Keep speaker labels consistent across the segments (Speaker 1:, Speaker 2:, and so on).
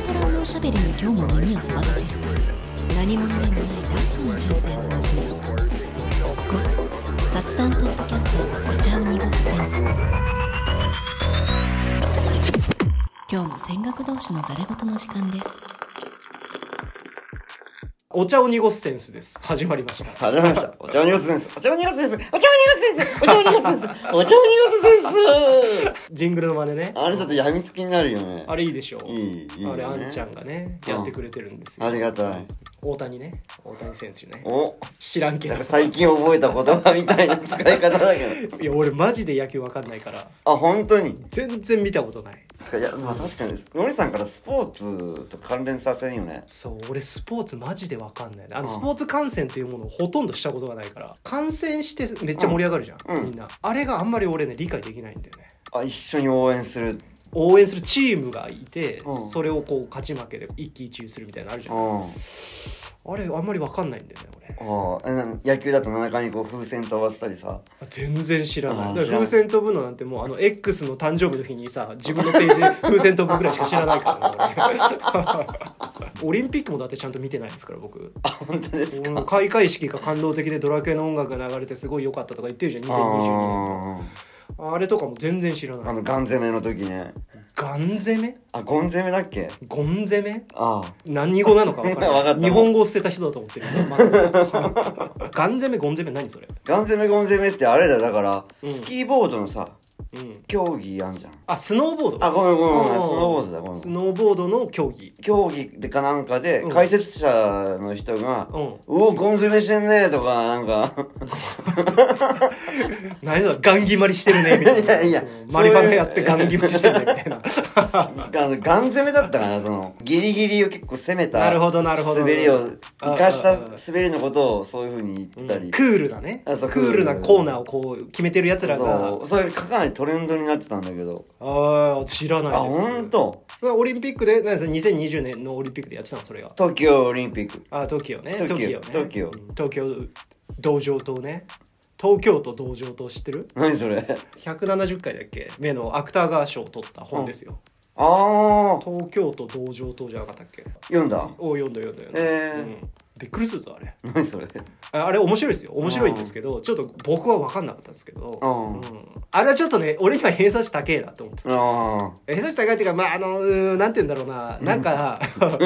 Speaker 1: ベルに今日も耳をそばだて何者でもない第二の人生の娘よ5雑談ポッドキャストお茶を濁すセンス今日も戦学同士のざれ言の時間です
Speaker 2: お茶を濁すセンスです。始まりま した。
Speaker 3: 始まりました。お茶を濁すセンス。お茶を濁すセンス。お茶を濁すセンス。お茶を濁すセンス。お茶を濁すセンス。
Speaker 2: ジングルの真似ね。
Speaker 3: あれちょっとやみつきになるよね。
Speaker 2: あれいいでしょ
Speaker 3: いい、いい、ね。
Speaker 2: あれ、あんちゃん。がね、
Speaker 3: うん
Speaker 2: やってくれてるんですよ。
Speaker 3: ありがたい。
Speaker 2: 大谷ね。大谷選手ね。
Speaker 3: お、
Speaker 2: 知らんけど。
Speaker 3: 最近覚えた言葉みたいな使い方だけ
Speaker 2: いや、俺マジで野球わかんないから、
Speaker 3: ど。 あ、本当に。
Speaker 2: 全然見たことない。
Speaker 3: いや、まあ確かに、のりさんからスポーツと関連させんよね。
Speaker 2: そう、俺スポーツマジでわかんないね。あの、
Speaker 3: うん
Speaker 2: スポーツ観戦っていうものをほとんどしたことがないから、観戦してめっちゃ盛り上がるじゃん、
Speaker 3: うん
Speaker 2: みんな。あれがあんまり俺ね、理解できないんだよね。
Speaker 3: あ、一緒に応援する。
Speaker 2: 応援するチームがいて、
Speaker 3: うん
Speaker 2: それをこう勝ち負けで一喜一憂するみたいなのあるじ
Speaker 3: う
Speaker 2: ゃん、
Speaker 3: ん。あ
Speaker 2: あれあんまりわかんないんだよね俺
Speaker 3: あ、えな野球だと中にこう風船飛ばしたりさ。
Speaker 2: 全然知らな
Speaker 3: あ
Speaker 2: い
Speaker 3: ー
Speaker 2: だ
Speaker 3: 知
Speaker 2: からら
Speaker 3: ない
Speaker 2: 風船飛ぶのなんてもうあの X の誕生日の日にさ自分のページ で風船飛ぶぐらいしか知らないからね俺 オリンピックもだってちゃんと見てないですから僕
Speaker 3: あ、本当です
Speaker 2: 俺
Speaker 3: か。
Speaker 2: も開会式が感動的でドラクエの音楽が流れてすごい良かったとか言ってるじゃん2022年
Speaker 3: あ
Speaker 2: あれとかも全然知ら
Speaker 3: ー
Speaker 2: な
Speaker 3: あの、
Speaker 2: い
Speaker 3: ガン攻めの時ね。
Speaker 2: ガン攻め
Speaker 3: あ、ゴン攻めだっけ
Speaker 2: ゴン攻め
Speaker 3: ああ。
Speaker 2: 何語なのか分から
Speaker 3: 分か
Speaker 2: な
Speaker 3: っ
Speaker 2: い
Speaker 3: た
Speaker 2: 日本語を捨てた人だと思ってるまず ガン攻めゴン攻め何それ
Speaker 3: ガン攻めゴン攻めってあれだよだから、
Speaker 2: うん
Speaker 3: スキーボードのさ
Speaker 2: うん
Speaker 3: 競技あんじゃん
Speaker 2: あスノーボード
Speaker 3: あごめんごめんごめんス
Speaker 2: あー
Speaker 3: ノーボードだごめ
Speaker 2: ス
Speaker 3: ん
Speaker 2: ノーボードの競技
Speaker 3: 競技でかなんかで
Speaker 2: うん
Speaker 3: 解説者の人が
Speaker 2: うん
Speaker 3: 「うおゴン攻めしてんね」とかな んか
Speaker 2: 何だガン決まりしてるねみたいな
Speaker 3: いやいや
Speaker 2: そうマリファナやってガン決まりしてるねみたいな
Speaker 3: あのガン攻めだったかなそのギリギリを結構攻めた
Speaker 2: なるほどなるほど
Speaker 3: 滑りを
Speaker 2: あ
Speaker 3: 生かし
Speaker 2: あ
Speaker 3: た
Speaker 2: あ
Speaker 3: 滑りのことをそういうふうに言ってたり、
Speaker 2: クールなねク
Speaker 3: あそう
Speaker 2: ールな
Speaker 3: クール
Speaker 2: コーナーをこう決めてるやつらが
Speaker 3: そうそれかかなりトレンドになってたんだけど
Speaker 2: ああ知ら
Speaker 3: あ
Speaker 2: ないです
Speaker 3: 本当
Speaker 2: それオリンピックで何ですか2020年のオリンピックでやってたのそれが
Speaker 3: 東京オリンピック
Speaker 2: あ東京ね
Speaker 3: 東
Speaker 2: 東京
Speaker 3: 京
Speaker 2: ね
Speaker 3: 東京
Speaker 2: うん東京道場島ね東京都道場島知ってる
Speaker 3: 何それ
Speaker 2: 170回だっけ目の芥川賞を取った本ですよ、
Speaker 3: ああ
Speaker 2: 東京都道場島じゃなかったっけ
Speaker 3: 読んだ
Speaker 2: お読んだ読んだ読んだ、
Speaker 3: えー
Speaker 2: うんびっくりするぞあれ
Speaker 3: 何それ
Speaker 2: ああれ面白いですよ面白いんですけどちょっと僕は分かんなかったんですけど、
Speaker 3: うん
Speaker 2: あれはちょっとね俺には偏差値高えなと思ってた
Speaker 3: ああ
Speaker 2: 偏差値高いっていうかまああのうーんなんて言うんだろうななんか、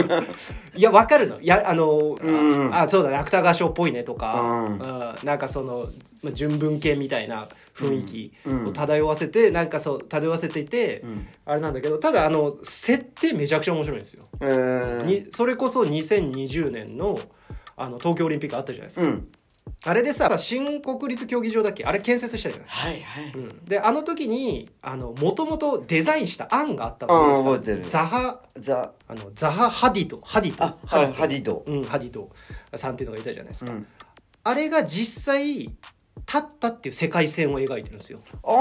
Speaker 2: いや分かるのいやあの、
Speaker 3: うん
Speaker 2: あそうだね芥川賞っぽいねとか、
Speaker 3: うん
Speaker 2: あなんかそのまあ純文系みたいな雰囲気
Speaker 3: うん
Speaker 2: を漂わせて、なんかそう漂わせていて、
Speaker 3: うん
Speaker 2: あれなんだけどただあの設定めちゃくちゃ面白いんですよ、
Speaker 3: えー
Speaker 2: にそれこそ2020年のあの東京オリンピックあったじゃないですか、
Speaker 3: うん
Speaker 2: あれでさ新国立競技場だっけあれ建設したじゃない、
Speaker 3: はいはい
Speaker 2: うん、であの時にもともとデザインした案があったの
Speaker 3: うん覚えてる
Speaker 2: ザハ
Speaker 3: ザ
Speaker 2: あのザハ・ハディトハディト
Speaker 3: あハハ
Speaker 2: ディ
Speaker 3: ディド
Speaker 2: ト、うん、ハディトさんっていうのがいたじゃないです
Speaker 3: う
Speaker 2: か、
Speaker 3: ん
Speaker 2: あれが実際立ったっていう世界線を描いてるんですよ
Speaker 3: あ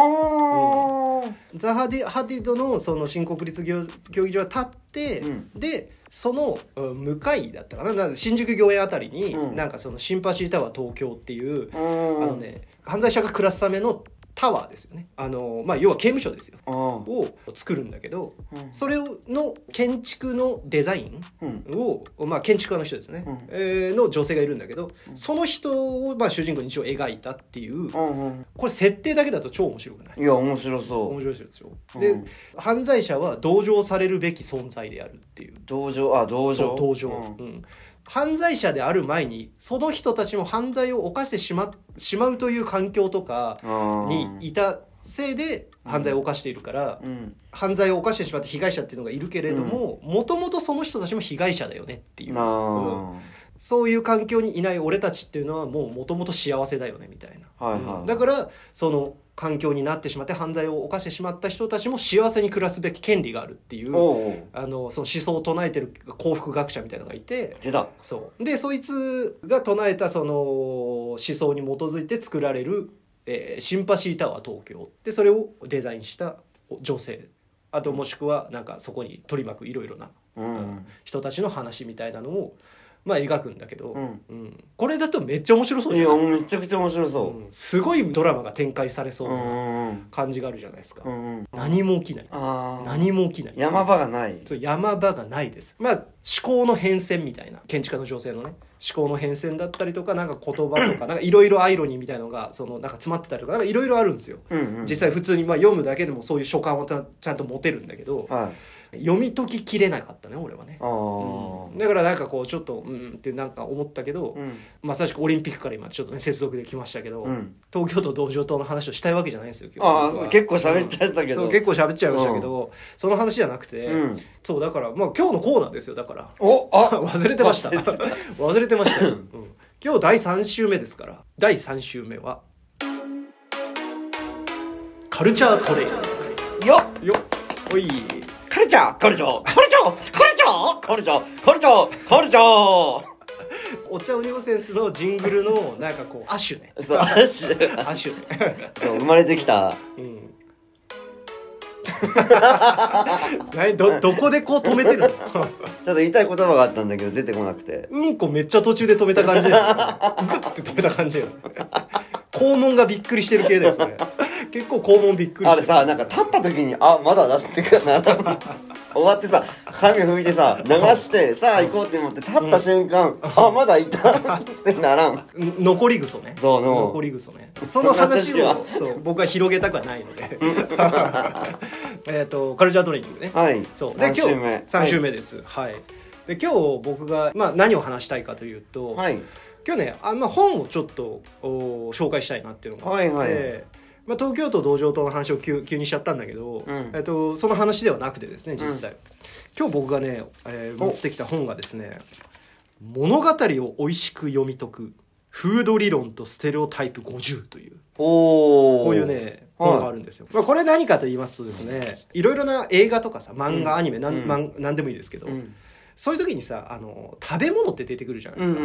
Speaker 3: ー
Speaker 2: ザハディ・ハディドのその新国立競技場は立って、
Speaker 3: うん
Speaker 2: でそのうん向かいだったかななんか新宿御苑あたりに、
Speaker 3: うん
Speaker 2: なんかそのシンパシータワー東京っていう、
Speaker 3: うん
Speaker 2: あのね犯罪者が暮らすためのタワーですよねあの、まあ、要は刑務所ですよ
Speaker 3: あー
Speaker 2: を作るんだけど
Speaker 3: うん
Speaker 2: それの建築のデザイン
Speaker 3: うん
Speaker 2: を、まあ、建築家の人ですね、
Speaker 3: うん
Speaker 2: えーの女性がいるんだけど
Speaker 3: うん
Speaker 2: その人を、まあ、主人公に一応描いたっていう
Speaker 3: うんうん
Speaker 2: これ設定だけだと超面白くない
Speaker 3: いや面白そ
Speaker 2: 面
Speaker 3: う
Speaker 2: 白いですよ、
Speaker 3: うん
Speaker 2: で犯罪者は同情されるべき存在であるっていう
Speaker 3: 同情あ同
Speaker 2: そ
Speaker 3: 情
Speaker 2: う同情、
Speaker 3: うん
Speaker 2: うん犯罪者である前にその人たちも犯罪を犯してしましまうという環境とか
Speaker 3: あー
Speaker 2: にいたせいで犯罪を犯しているから、
Speaker 3: うん
Speaker 2: 犯罪を犯してしまった被害者っていうのがいるけれどももともとその人たちも被害者だよねっていう、
Speaker 3: あ
Speaker 2: うん
Speaker 3: ー
Speaker 2: そういう環境にいない俺たちっていうのはもうもともと幸せだよねみたいな、
Speaker 3: はいはい
Speaker 2: うんだからその環境になってしまって犯罪を犯してしまった人たちも幸せに暮らすべき権利があるっていう
Speaker 3: おうおう
Speaker 2: あのその思想を唱えてる幸福学者みたいなのがいて
Speaker 3: 出た
Speaker 2: そうでそいつが唱えたその思想に基づいて作られる、えーシンパシータワー東京でそれをデザインした女性あともしくはなんかそこに取り巻くいろいろな
Speaker 3: うん
Speaker 2: 人たちの話みたいなのをまあ描くんだけど、
Speaker 3: うん
Speaker 2: うんこれだとめっちゃ面白そう
Speaker 3: い
Speaker 2: じゃ
Speaker 3: や
Speaker 2: ない、
Speaker 3: もうめちゃくちゃ面白そう
Speaker 2: うんすごいドラマが展開され
Speaker 3: う
Speaker 2: そうん
Speaker 3: う
Speaker 2: なん感じがあるじゃないですか、
Speaker 3: うんうん
Speaker 2: 何も起きない
Speaker 3: ああ
Speaker 2: 何も起きない
Speaker 3: 山場がない
Speaker 2: そう山場がないですまあ思考の変遷みたいな建築家の女性のね思考の変遷だったりとかなんか言葉 とかなんかいろいろアイロニーみたいのがそのなんか詰まってたりとかなんかいろいろあるんですよ
Speaker 3: うんうん
Speaker 2: 実際普通にまあ読むだけでもそういう書簡をたちゃんと持てるんだけど
Speaker 3: はい
Speaker 2: 読み解ききれなかったね俺はね
Speaker 3: ああ
Speaker 2: うんだからなんかこうちょっとうんってなんか思ったけど
Speaker 3: うん
Speaker 2: まさしくオリンピックから今ちょっとね接続できましたけど
Speaker 3: うん
Speaker 2: 東京都道場島の話をしたいわけじゃないんですよ今日
Speaker 3: ああ
Speaker 2: 僕
Speaker 3: そう
Speaker 2: は
Speaker 3: 結構喋っちゃったけ
Speaker 2: そ
Speaker 3: ど
Speaker 2: う結構喋っちゃいましたけどその話じゃなくて
Speaker 3: うん
Speaker 2: そうだからまあ今日のコーナーですよだから
Speaker 3: お
Speaker 2: あ
Speaker 3: あ
Speaker 2: 忘れてました
Speaker 3: 忘れて
Speaker 2: 忘れてましたよ、うん今日第3週目ですから第3週目はカルチャートレーニン
Speaker 3: よっ
Speaker 2: グよっおい
Speaker 3: カルチャーカルチャーカルチャーカルチャーカルチャーカルチャーカルチャー
Speaker 2: お茶オニオセンスのジングルのなんかこう亜種ね
Speaker 3: そう アッシュ
Speaker 2: 亜種ね
Speaker 3: そう生まれてきた
Speaker 2: うん 何どどこでこう止めてるの
Speaker 3: ちょっと言いたい言葉があったんだけど出てこなくて
Speaker 2: うんこめっちゃ途中で止めた感じだよねグッて止めた感じだよね肛門がびっくりしてる系だよそれ結構肛門びっくり
Speaker 3: あ
Speaker 2: して
Speaker 3: れ
Speaker 2: る
Speaker 3: さなんか立った時にあまだだってかな 終わってさ髪拭いてさ流してさあ行こうって思って立った瞬間あまだいたってならん
Speaker 2: ん残り草ね
Speaker 3: そうの
Speaker 2: 残り草ねその話
Speaker 3: そんな
Speaker 2: を
Speaker 3: 話
Speaker 2: そう僕は広げたくはないので えっとカルチャートレーニングね
Speaker 3: はい
Speaker 2: そうで
Speaker 3: 3
Speaker 2: 今日
Speaker 3: 週目
Speaker 2: 3週目ですはい、で今日僕が、まあ、何を話したいかというと、
Speaker 3: はい
Speaker 2: 今日ねあ、まあ、本をちょっとお紹介したいなっていうのがあって、
Speaker 3: はいはい
Speaker 2: まあ、東京都道場との話を急急にしちゃったんだけど、
Speaker 3: うん
Speaker 2: えっと、その話ではなくてですね実際、今日僕がね、えー
Speaker 3: お
Speaker 2: 持ってきた本がですね「物語を美味しく読み解くフード理論とステレオタイプ50」という
Speaker 3: おお
Speaker 2: こういうね
Speaker 3: はい
Speaker 2: 本があるんですよ、まあ、これ何かと言いますとですね、いろいろな映画とかさ漫画、
Speaker 3: うん
Speaker 2: アニメなん,、
Speaker 3: うん
Speaker 2: なんなんでもいいですけど、
Speaker 3: うん
Speaker 2: そういう時にさあの食べ物って出てくるじゃないで
Speaker 3: う
Speaker 2: す
Speaker 3: ん
Speaker 2: か。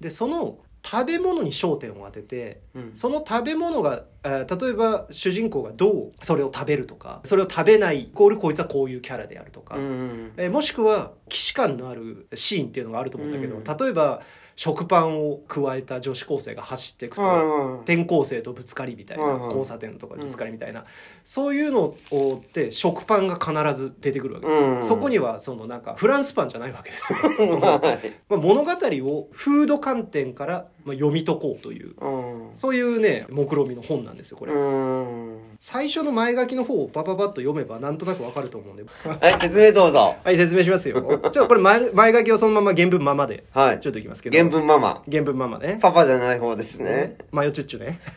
Speaker 2: でその食べ物に焦点を当てて
Speaker 3: うん
Speaker 2: その食べ物が、えー例えば主人公がどうそれを食べるとかそれを食べないイコールこいつはこういうキャラであるとか、
Speaker 3: うんうん
Speaker 2: えーもしくは既視感のあるシーンっていうのがあると思うんだけど、
Speaker 3: うん
Speaker 2: 例えば食パンを加えた女子高生が走っていくと、
Speaker 3: はいはい
Speaker 2: 転校生とぶつかりみたいな、
Speaker 3: はいはい
Speaker 2: 交差点とかぶつかりみたいな、そういうのを追って食パンが必ず出てくるわけですよ、
Speaker 3: うん
Speaker 2: そこにはそのなんかフランスパンじゃないわけ ですよ
Speaker 3: はい
Speaker 2: まあ、物語をフード観点からまあ読み解こうという
Speaker 3: うん
Speaker 2: そういうね目論見みの本なんですよこれ、
Speaker 3: うん
Speaker 2: 最初の前書きの方をパパパッと読めばなんとなくわかると思うんで
Speaker 3: はい説明どうぞ
Speaker 2: はい説明しますよちょっとこれ前前書きをそのまま原文ままで
Speaker 3: はい
Speaker 2: ちょっといきますけど
Speaker 3: 原文ママ
Speaker 2: 原文ままね
Speaker 3: パパじゃない方ですね
Speaker 2: マヨチュッチュね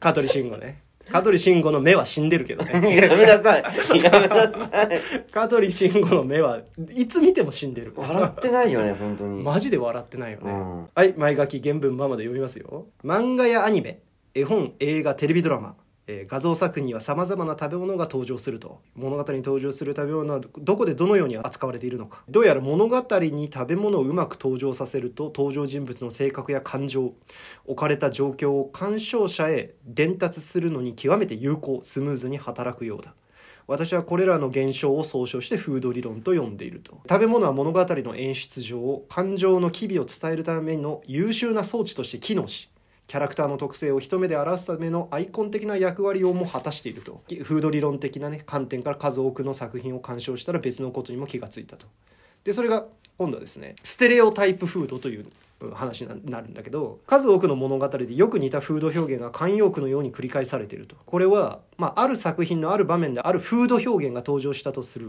Speaker 2: 香取慎吾ね香取慎吾の目は死んでるけどね
Speaker 3: やめな さいやめなさい
Speaker 2: 香取慎吾の目はいつ見ても死んでる
Speaker 3: 笑ってないよね本当に、
Speaker 2: マジで笑ってないよね、
Speaker 3: うん
Speaker 2: はい前書き原文ままで読みますよ漫画やアニメ絵本映画テレビドラマ、えー画像作品にはさまざまな食べ物が登場すると物語に登場する食べ物はどどこでどのように扱われているのかどうやら物語に食べ物をうまく登場させると登場人物の性格や感情置かれた状況を鑑賞者へ伝達するのに極めて有効スムーズに働くようだ私はこれらの現象を総称してフード理論と呼んでいると食べ物は物語の演出上感情の機微を伝えるための優秀な装置として機能しキャラクターの特性を一目で表すためのアイコン的な役割をも果たしているとフード理論的な、ね、観点から数多くの作品を鑑賞したら別のことにも気がついたとでそれが今度はですねステレオタイプフードといううん話になるんだけど数多くの物語でよく似たフード表現が慣用句のように繰り返されているとこれは、まあ、ある作品のある場面であるフード表現が登場したとする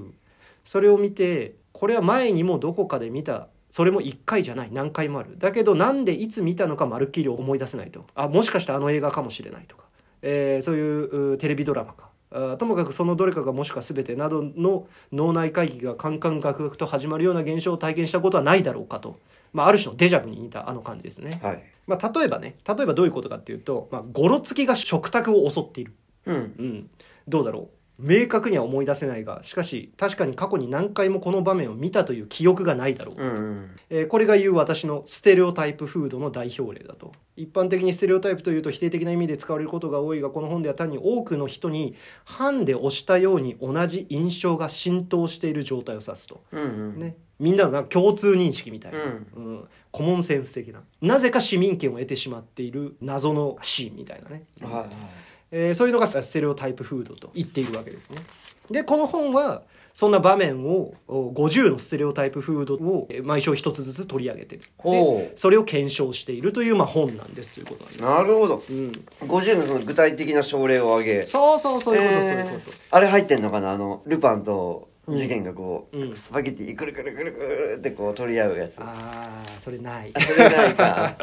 Speaker 2: それを見てこれは前にもどこかで見たそれも1回じゃない何回もあるだけどなんでいつ見たのかまるっきり思い出せないとあもしかしてあの映画かもしれないとか、えーそういううテレビドラマかあともかくそのどれかがもしくは全てなどの脳内会議がカンカンガクガクと始まるような現象を体験したことはないだろうかと、まあ、ある種のデジャブに似たあの感じですね、
Speaker 3: はい
Speaker 2: まあ、例えばね例えばどういうことかっていうと、まあ、ゴロつきが食卓を襲っている、
Speaker 3: うん
Speaker 2: うん、どうだろう明確には思い出せないがしかし確かに過去に何回もこの場面を見たという記憶がないだろう、
Speaker 3: うんうん
Speaker 2: えーこれが言う私のステレオタイプフードの代表例だと一般的にステレオタイプというと否定的な意味で使われることが多いがこの本では単に多くの人にハンで押したように同じ印象が浸透している状態を指すと、
Speaker 3: うんうん
Speaker 2: ね、みんなのなんか共通認識みたいな、
Speaker 3: うん
Speaker 2: うん、コモンセンス的ななぜか市民権を得てしまっている謎のシーンみたいなね、
Speaker 3: はいはい
Speaker 2: えーそういうのがステレオタイプフードと言っているわけですね。でこの本はそんな場面をお50のステレオタイプフードをえー毎章一つずつ取り上げてる
Speaker 3: ほ
Speaker 2: で
Speaker 3: う
Speaker 2: それを検証しているという、まあ、本なんですということなんです。
Speaker 3: なるほど
Speaker 2: うん、
Speaker 3: 50のその具体的な症例を挙げ
Speaker 2: そうそうそういうこと、
Speaker 3: えー
Speaker 2: そういうこと。
Speaker 3: あれ入ってんのかなあのルパンと事件がこう、
Speaker 2: うん
Speaker 3: スパゲティくるくるくるくるってこう取り合うやつ
Speaker 2: ああそれない。
Speaker 3: それない か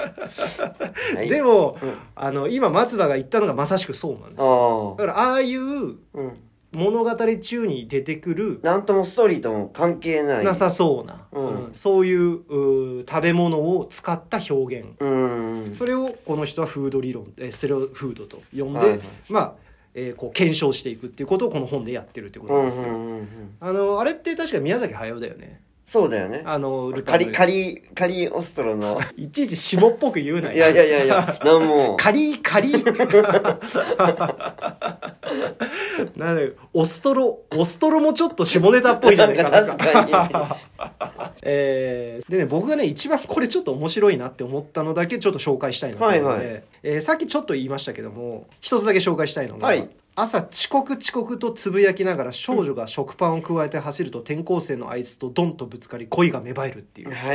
Speaker 3: ない
Speaker 2: でも、
Speaker 3: うん
Speaker 2: あの今松葉が言ったのがまさしくそうなんですよ。だ
Speaker 3: あ
Speaker 2: からああいう
Speaker 3: あ、うん、
Speaker 2: 物語中に出てくる
Speaker 3: なんともストーリーとも関係ない
Speaker 2: なさそうな、
Speaker 3: うん
Speaker 2: うんそういううー食べ物を使った表現
Speaker 3: うん
Speaker 2: それをこの人はフード理論えーステレオフードと呼んで、
Speaker 3: はいはい
Speaker 2: まあ、えーこう検証していくっていうことをこの本でやってるってことな
Speaker 3: う
Speaker 2: ん
Speaker 3: ん
Speaker 2: で
Speaker 3: う
Speaker 2: すよ。
Speaker 3: んうんうん
Speaker 2: あのあれって確か宮崎駿だよね。
Speaker 3: そうだよね
Speaker 2: あのルパ
Speaker 3: カ
Speaker 2: ンの
Speaker 3: リカリカリオストロの
Speaker 2: い ちいち下っぽく言うなよ。
Speaker 3: いやいやいやいやなん も
Speaker 2: カリーカリーって。なんだよオストロオストロもちょっと下ネタっぽいじゃないか
Speaker 3: なんか確かに
Speaker 2: なんかえーでね僕がね一番これちょっと面白いなって思ったのだけちょっと紹介したいなと思って、
Speaker 3: はいは
Speaker 2: えーさっきちょっと言いましたけども一つだけ紹介したいのが、
Speaker 3: はい
Speaker 2: 朝遅刻遅刻とつぶやきながら少女が食パンを加えて走ると転校生のあいつとドンとぶつかり恋が芽生えるっていう、
Speaker 3: は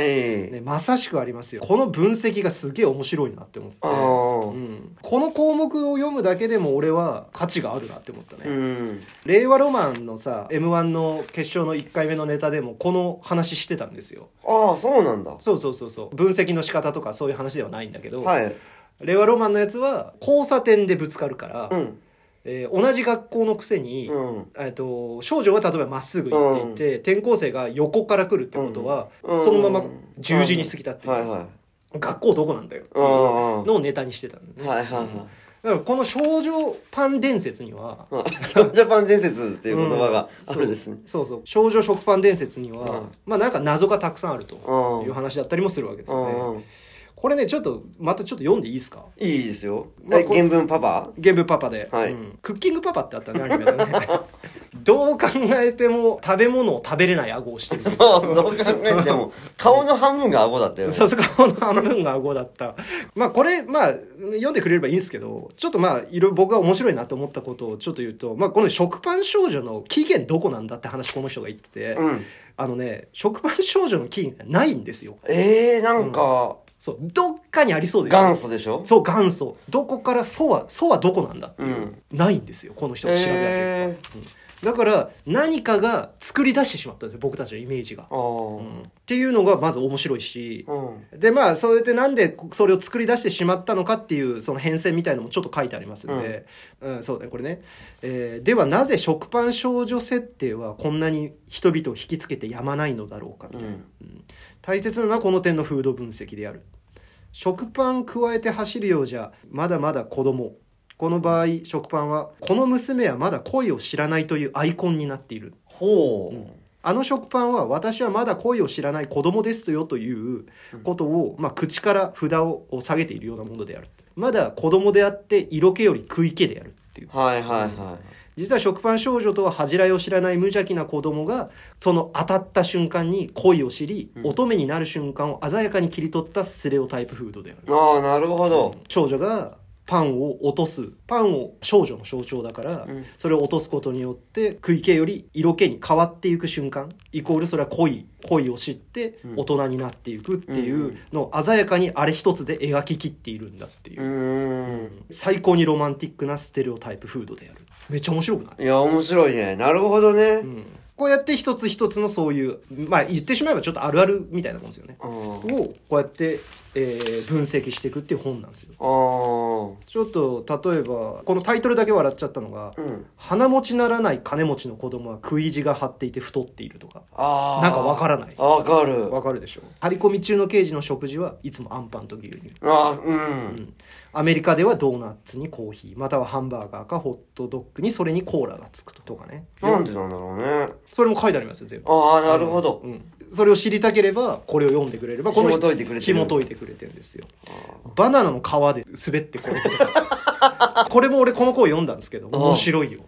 Speaker 3: い、
Speaker 2: ね、まさしくありますよこの分析がすげえ面白いなって思って
Speaker 3: ああ
Speaker 2: うんこの項目を読むだけでも俺は価値があるなって思ったね、
Speaker 3: うん
Speaker 2: 令和ロマンのさ m 1の決勝の1回目のネタでもこの話してたんですよ
Speaker 3: ああそうなんだ
Speaker 2: そうそうそうそう分析の仕方とかそういう話ではないんだけど、
Speaker 3: はい
Speaker 2: 令和ロマンのやつは交差点でぶつかるから、
Speaker 3: うん
Speaker 2: えー同じ学校のくせに、
Speaker 3: うん
Speaker 2: えっと少女は例えばまっすぐ行っていて、転校生が横から来るってことは、
Speaker 3: うん
Speaker 2: そのまま十字に過ぎたっていう、
Speaker 3: はいはい
Speaker 2: 学校どこなんだよっていう
Speaker 3: うん
Speaker 2: のをネタにしてたんだね、
Speaker 3: はいはいはい
Speaker 2: だからこの少女パン伝説には
Speaker 3: うん少女パン伝説っていう言葉があるんですね
Speaker 2: そうそう少女食パン伝説には、
Speaker 3: うん
Speaker 2: まあなんか謎がたくさんあると
Speaker 3: うん
Speaker 2: いう話だったりもするわけです
Speaker 3: う
Speaker 2: よね、
Speaker 3: んうん
Speaker 2: これねちょっとまたちょっと読んでいいですか
Speaker 3: いいですよ
Speaker 2: まあ
Speaker 3: え
Speaker 2: こ
Speaker 3: 原文パパ
Speaker 2: ゲブパパで、
Speaker 3: はい
Speaker 2: うんクッキングパパってあったねアニメでね どう考えても食べ物を食べれない顎をしてる
Speaker 3: そう、どう考えても、顔の半分が顎だったよね。
Speaker 2: そうそう顔の半分が顎だったまあこれまあ読んでくれればいいんですけどちょっとまあいろいろ僕が面白いなと思ったことをちょっと言うと、まあ、この食パン少女の起源どこなんだって話この人が言ってて、
Speaker 3: うん。
Speaker 2: あのね食パン少女の起源がないんですよ
Speaker 3: えー、なんか、
Speaker 2: そうどっかにありそうで
Speaker 3: 元祖でしょ
Speaker 2: そう元祖どこから祖は祖はどこなんだっていう、
Speaker 3: うん
Speaker 2: ないんですよこの人が調べたけ、
Speaker 3: え
Speaker 2: だから何かが作り出してしまったんですよ僕たちのイメージが、
Speaker 3: ー、あ
Speaker 2: うんっていうのがまず面白いし、
Speaker 3: あ。うん。
Speaker 2: でまあそれでなんでそれを作り出してしまったのかっていうその変遷みたいのもちょっと書いてありますんで、うんそうだねこれね、えーではなぜ食パン少女設定はこんなに人々を引きつけてやまないのだろうかみたいな、
Speaker 3: うん
Speaker 2: うん大切なのはこの点の風土分析である食パン加えて走るようじゃまだまだ子供この場合食パンはこの娘はまだ恋を知らないというアイコンになっている
Speaker 3: ほう。
Speaker 2: あの食パンは私はまだ恋を知らない子供ですよということを、まあ、口から札を下げているようなものであるまだ子供であって色気より食い気であるっていう
Speaker 3: はいはいは
Speaker 2: 実は食パン少女とは恥じらいを知らない無邪気な子供がその当たった瞬間に恋を知り、
Speaker 3: うん
Speaker 2: 乙女になる瞬間を鮮やかに切り取ったステレオタイプフードである
Speaker 3: い。ああ、なるほど。
Speaker 2: 少女がパンを落とすパンを少女の象徴だから、
Speaker 3: うん
Speaker 2: それを落とすことによって食い気より色気に変わっていく瞬間イコールそれは恋恋を知って
Speaker 3: うん
Speaker 2: 大人になっていくってい
Speaker 3: んう
Speaker 2: うんのを鮮やかにあれ一つで描ききっているんだっていうう、
Speaker 3: ーん。
Speaker 2: 最高にロマンティックなステレオタイプフードであるめっちゃ面白くない、
Speaker 3: いや、面白いね。なるほどね。
Speaker 2: こうやって一つ一つのそういうまあ言ってしまえばちょっとあるあるみたいなもんですよね
Speaker 3: うん。
Speaker 2: をこうやってえー分析していくっていう本なんですよ
Speaker 3: あー
Speaker 2: ちょっと例えばこのタイトルだけ笑っちゃったのが
Speaker 3: うん
Speaker 2: 「鼻持ちならない金持ちの子供は食い地が張っていて太っている」とか
Speaker 3: あー
Speaker 2: なんかわからない
Speaker 3: あわかる
Speaker 2: わかるでしょ張り込み中の刑事の食事はいつもアンパンと牛乳
Speaker 3: あーう
Speaker 2: うんんアメリカではドーナツにコーヒーまたはハンバーガーかホットドッグにそれにコーラがつくとかね
Speaker 3: なんでなんだろうね
Speaker 2: それも書いてありますよ全部
Speaker 3: ああなるほど
Speaker 2: うん、それを知りたければこれを読んでくれればこの
Speaker 3: 紐解いてくれてる
Speaker 2: 紐解いてくれてるんですよバナナの皮で滑ってこるとか これも俺この子を読んだんですけど
Speaker 3: ああ
Speaker 2: 面白いよ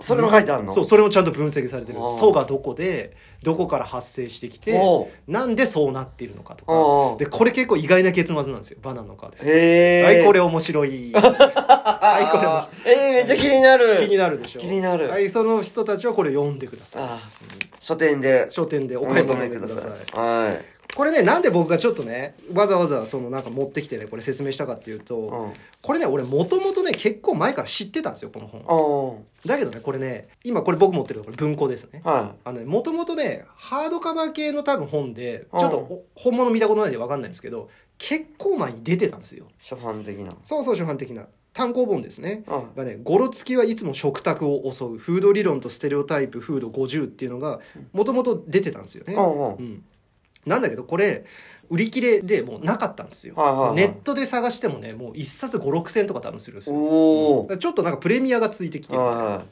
Speaker 3: それも書いてあるの
Speaker 2: そうそれもちゃんと分析されてる
Speaker 3: あ
Speaker 2: 「
Speaker 3: あ
Speaker 2: 祖」がどこでどこから発生してきて
Speaker 3: おう
Speaker 2: なんでそうなっているのかと
Speaker 3: あ
Speaker 2: か
Speaker 3: あ
Speaker 2: でこれ結構意外な結末なんですよバナナの皮です
Speaker 3: へえ
Speaker 2: はいこれ面白 いはいこれ面白い
Speaker 3: えー、めっちゃ気になる
Speaker 2: 気になるでしょ
Speaker 3: 気になる
Speaker 2: はいその人たちはこれ読んでくださ
Speaker 3: あー書店で
Speaker 2: い書店でお買い求めください
Speaker 3: はい
Speaker 2: これねなんで僕がちょっとねわざわざそのなんか持ってきてねこれ説明したかっていうと、
Speaker 3: うん
Speaker 2: これね俺もともとね結構前から知ってたんですよこの本
Speaker 3: お
Speaker 2: だけどねこれね今これ僕持ってるのこれ文庫ですね
Speaker 3: ーは
Speaker 2: あのねもともとねハードカバー系の多分本でちょっとお本物見たことないんで分かんないんですけど結構前に出てたんですよ
Speaker 3: い初版的な
Speaker 2: そうそう初版的な単行本ですね
Speaker 3: うん
Speaker 2: がね「ゴロつきはいつも食卓を襲うフード理論とステレオタイプフード50」っていうのがもともと出てたんですよね、
Speaker 3: うんうん
Speaker 2: うん、なんだけどこれ売り切れでもうなかったんですよ、
Speaker 3: はいはいはい
Speaker 2: ネットで探してもねもう1冊56000とか多分するんですよ
Speaker 3: お
Speaker 2: だからちょっとなんかプレミアがついてきてる
Speaker 3: は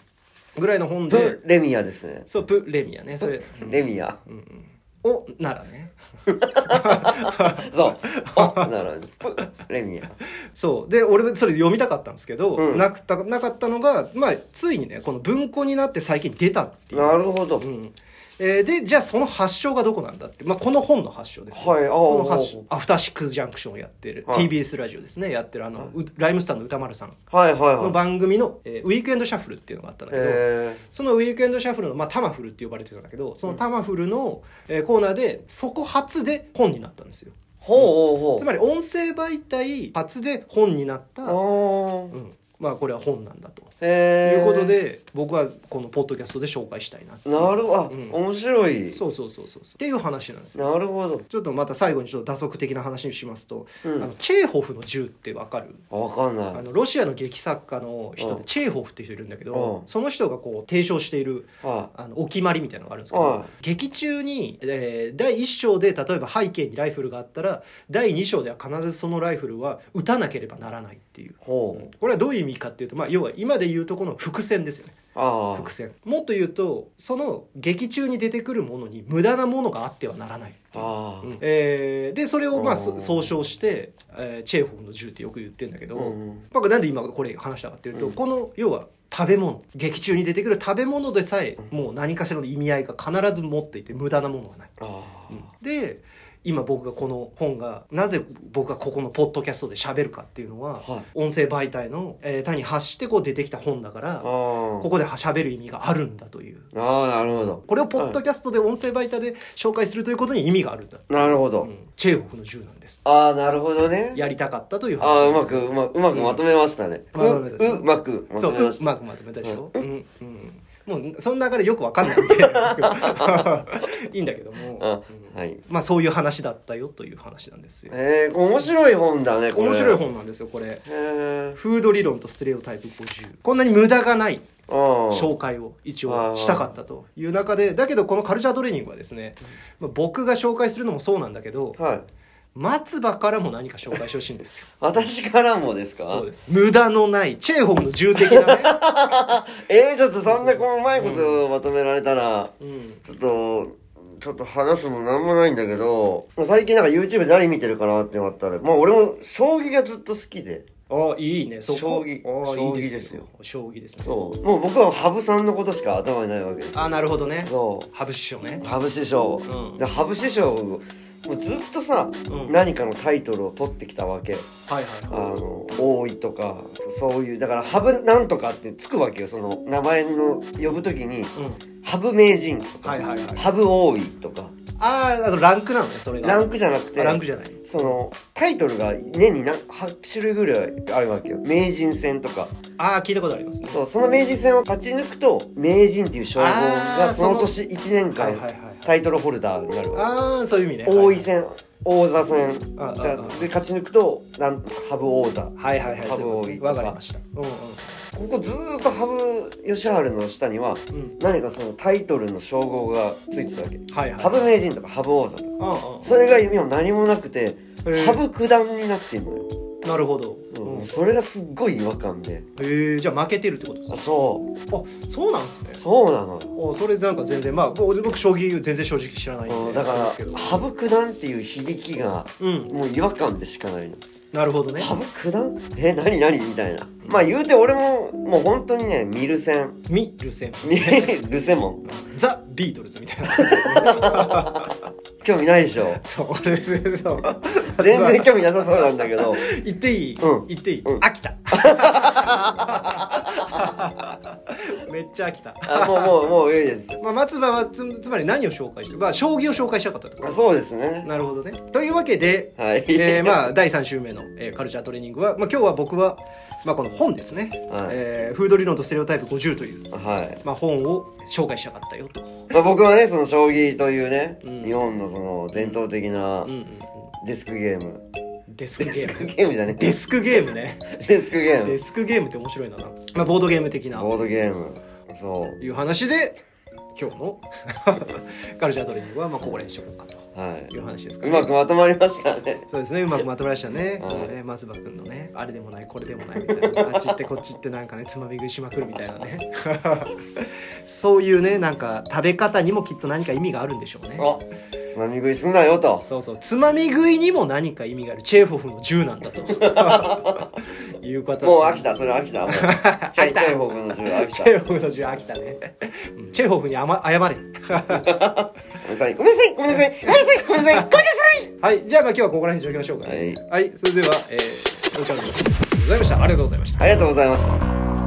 Speaker 2: ぐらいの本
Speaker 3: い
Speaker 2: で、
Speaker 3: プレミアですね
Speaker 2: そうプレミアねそれ、うん
Speaker 3: レミア
Speaker 2: うんうんおならね
Speaker 3: そうあなるほどプレミア
Speaker 2: そうで俺もそれ読みたかったんですけど、
Speaker 3: うん
Speaker 2: なくたなかったのが、まあ、ついにねこの文庫になって最近出たっていう
Speaker 3: なるほど
Speaker 2: うんえーでじゃあその発祥がどこなんだって、まあ、この本の発祥ですよ、
Speaker 3: はいあー
Speaker 2: この発祥アフターシックスジャンクションをやってる、
Speaker 3: はい
Speaker 2: TBS ラジオですねやってるあの、うライムスターの歌丸さん
Speaker 3: はいはい
Speaker 2: の
Speaker 3: はい
Speaker 2: 番組の、えーウィークエンドシャッフルっていうのがあったんだけど、
Speaker 3: え
Speaker 2: そのウィークエンドシャッフルの、まあ、タマフルって呼ばれてたんだけどそのタマフルの、えーコーナーでそこ初で本になったんですよ
Speaker 3: ーほうほうほう
Speaker 2: つまり音声媒体初で本になった、
Speaker 3: あ
Speaker 2: う
Speaker 3: ー
Speaker 2: んまあこれは本なんだと、
Speaker 3: へえ
Speaker 2: いうことで僕はこのポッドキャストで紹介したいなっていう
Speaker 3: なるほどあ
Speaker 2: うん
Speaker 3: 面白い
Speaker 2: そうそうそうそうそうっていう話なんですよ
Speaker 3: なるほど
Speaker 2: ちょっとまた最後にちょっと打足的な話にしますと、
Speaker 3: うん
Speaker 2: あのチェーホフの銃ってわかる
Speaker 3: あわかん
Speaker 2: あ
Speaker 3: ない
Speaker 2: のロシアの劇作家の人で
Speaker 3: うん
Speaker 2: チェーホフって人いるんだけど
Speaker 3: うん
Speaker 2: その人がこう提唱している
Speaker 3: は
Speaker 2: あのお決まりみたいなのがあるんですけ
Speaker 3: うん
Speaker 2: ど劇中に、えー第1章で例えば背景にライフルがあったら第2章では必ずそのライフルは撃たなければならないっていう
Speaker 3: い。ほ
Speaker 2: うん
Speaker 3: う
Speaker 2: これはどういう意味かっていうと、まあ、要は今で言うとこの伏線ですよね
Speaker 3: あ
Speaker 2: 伏線もっと言うとその劇中に出てくるものに無駄なものがあってはならない
Speaker 3: ああ
Speaker 2: うんえーでそれをまあ
Speaker 3: あー
Speaker 2: そ総称して、えーチェーホフの銃ってよく言ってるんだけ
Speaker 3: あ
Speaker 2: ど、
Speaker 3: うん
Speaker 2: まあ、なんで今これ話したかっていうと、
Speaker 3: うん
Speaker 2: この要は食べ物劇中に出てくる食べ物でさえもう何かしらの意味合いが必ず持っていて無駄なものはない。
Speaker 3: あ
Speaker 2: うんで今僕がこの本がなぜ僕がここのポッドキャストで喋るかっていうのは、
Speaker 3: はい
Speaker 2: 音声媒体の、えー、単に発してこう出てきた本だから
Speaker 3: あ
Speaker 2: こ
Speaker 3: こ
Speaker 2: こで喋る意味があるんだという
Speaker 3: ああなるほど
Speaker 2: これをポッドキャストで音声媒体で紹介するということに意味があるんだ、
Speaker 3: なるほど、
Speaker 2: うんチェーホフの銃なんです
Speaker 3: ああなるほどね
Speaker 2: やりたかったという
Speaker 3: ああ
Speaker 2: 話
Speaker 3: う
Speaker 2: で
Speaker 3: ますくうまうまくまとめましたね、う
Speaker 2: まとめた
Speaker 3: ううまくま
Speaker 2: そう
Speaker 3: とめま
Speaker 2: う
Speaker 3: した
Speaker 2: まくまとめたでしょ、うんうんもうそんな流れよくわかん ないんでいいんだけども、
Speaker 3: あ
Speaker 2: うん
Speaker 3: はい
Speaker 2: まあそういう話だったよという話なんですよ
Speaker 3: えー、面白い本だねこれ
Speaker 2: 面白い本なんですよこれ
Speaker 3: へえ
Speaker 2: フード理論とステレオタイプ50こんなに無駄がない
Speaker 3: ああ
Speaker 2: 紹介を一応したかったという中でだけどこのカルチャートレーニングはですね、まあ、僕が紹介するのもそうなんだけど
Speaker 3: はい
Speaker 2: 松葉からも何か紹介してほしいんですよ
Speaker 3: 私からもですか
Speaker 2: そうです無駄のないチェーホフの重的 なね、
Speaker 3: えー、ちょっとそんなこううまいことまとめられたら、
Speaker 2: うん、
Speaker 3: ちょっとちょっと話すもなんもないんだけどまあ最近なんか YouTube で何見てるかなって思ったらまあ俺も将棋がずっと好きで
Speaker 2: あいいねそこ
Speaker 3: 将
Speaker 2: あ
Speaker 3: 棋
Speaker 2: いいですよ
Speaker 3: 将棋で
Speaker 2: 将棋
Speaker 3: すよ
Speaker 2: ですね
Speaker 3: そうもう僕は羽生さんのことしか頭にないわけです
Speaker 2: あなるほどね
Speaker 3: そう
Speaker 2: 羽生師匠ね
Speaker 3: 羽生師匠、
Speaker 2: うん
Speaker 3: で羽生師匠もうずっとさ、
Speaker 2: うん
Speaker 3: 何かのタイトルを取ってきたわけ
Speaker 2: はい
Speaker 3: あ
Speaker 2: はいはい
Speaker 3: の王位とかそういうだから羽生なんとかってつくわけよその名前の呼ぶとき
Speaker 2: う
Speaker 3: に
Speaker 2: ん、
Speaker 3: 羽生名人とか、
Speaker 2: はいはいはい
Speaker 3: 羽生王位とか
Speaker 2: あああとランクなのねそれが
Speaker 3: ランクじゃなくて
Speaker 2: あランクじゃない
Speaker 3: そのタイトルが年に何8種類ぐらいあるわけよ名人戦とか
Speaker 2: ああ聞いたことありますね
Speaker 3: そうその名人戦を勝ち抜くと名人っていう称号
Speaker 2: あー
Speaker 3: がその
Speaker 2: その
Speaker 3: 年1年
Speaker 2: はいはいはい
Speaker 3: 間
Speaker 2: はい
Speaker 3: タイトルホルダーになるわけ
Speaker 2: ああそういう意味ね
Speaker 3: 王位戦王座戦
Speaker 2: あああ
Speaker 3: で勝ち抜くとなん羽生王座
Speaker 2: はいはいはい
Speaker 3: 羽生
Speaker 2: そう
Speaker 3: 多
Speaker 2: い
Speaker 3: いうと
Speaker 2: ことわかりましたうん
Speaker 3: ここずーっと羽生善治の下には
Speaker 2: うんうん
Speaker 3: 何かそのタイトルの称号がついてたわけ
Speaker 2: はいはい
Speaker 3: 羽生名人とか羽生王座とか
Speaker 2: ああ
Speaker 3: それが今何もなくて
Speaker 2: へえ
Speaker 3: 羽生九段になってんのよ、
Speaker 2: なるほど
Speaker 3: うん
Speaker 2: うん
Speaker 3: それがすっごい違和感で
Speaker 2: へえじゃあ負けてるってことです
Speaker 3: あそう
Speaker 2: かあそうなんですね
Speaker 3: そうなのよ
Speaker 2: おそれなんか全然まあ僕僕将棋全然正直知らないん
Speaker 3: う
Speaker 2: で
Speaker 3: んだか
Speaker 2: あれ
Speaker 3: ら
Speaker 2: ですけど
Speaker 3: 羽生九段っていう響きが
Speaker 2: うん
Speaker 3: もう違和感でしかないの
Speaker 2: なるほどね
Speaker 3: 羽生九段え何何みたいなまあ言うて俺ももう本当にね見る線
Speaker 2: ミルセン
Speaker 3: 見る線も
Speaker 2: ザ・ビートルズみたい な
Speaker 3: 興味ないでしょ
Speaker 2: そう俺全然そう
Speaker 3: 全然興味なさそうなんだけど
Speaker 2: 言っていい、
Speaker 3: うん
Speaker 2: 言っていい、
Speaker 3: うん
Speaker 2: 飽きた めっちゃ飽きた
Speaker 3: あもうもうもういいです
Speaker 2: まあ、松葉はつつまり何を紹介して、まあ、将棋を紹介したかったってこ
Speaker 3: あ
Speaker 2: と
Speaker 3: そうですね
Speaker 2: なるほどねというわけで、
Speaker 3: はい
Speaker 2: えー
Speaker 3: あ
Speaker 2: まあ、第3週目の、えーカルチャートレーニングは、まあ、今日は僕は、まあ、この本ですね、
Speaker 3: はい
Speaker 2: えーフード理論とステレオタイプ50」という、
Speaker 3: はい
Speaker 2: まあ、本を紹介したかったよと、
Speaker 3: まあ、僕はねその将棋というね、
Speaker 2: うん
Speaker 3: 日本のその伝統的な
Speaker 2: うんうんうん、
Speaker 3: デスクゲーム、
Speaker 2: デスク
Speaker 3: デ
Speaker 2: ゲ
Speaker 3: ス
Speaker 2: ー
Speaker 3: ク
Speaker 2: ム
Speaker 3: ゲームじゃね
Speaker 2: デスクゲームね
Speaker 3: デスクゲー
Speaker 2: デ
Speaker 3: ム
Speaker 2: スクゲームって面白いな、まあ、ボードゲーム的な
Speaker 3: ボードゲームそう
Speaker 2: いう話で今日の カルチャートレーニングはまあここらにしとこうかと
Speaker 3: はい
Speaker 2: いう話ですか
Speaker 3: う
Speaker 2: ね
Speaker 3: まくまとまりましたね
Speaker 2: そうですねうまくまとまりましたね
Speaker 3: はい
Speaker 2: このね松葉くんのねあれでもないこれでもないみたいな あっち行ってこっち行ってなんかねつまみ食いしまくるみたいなね そういうねなんか食べ方にもきっと何か意味があるんでしょうね
Speaker 3: あつまみ食いすんなよと
Speaker 2: そうそうつまみ食いにも何か意味があるチェーホフの銃なんだ ということ
Speaker 3: もう飽きたそれ飽きたもうチャイチャイホークの銃飽き
Speaker 2: チ
Speaker 3: た
Speaker 2: ェーホフの銃飽きたねうんチェーホフにあ、ま、謝れ
Speaker 3: ごめんなさいごめんなさいごめんなさいごめんなさいごめんなさいごめんなさ
Speaker 2: はい、じゃあまあ今日はここら辺にしておきましょうかね。はい、それでは、えー、お時間でございました。ありがとうございました。
Speaker 3: いありがとうございました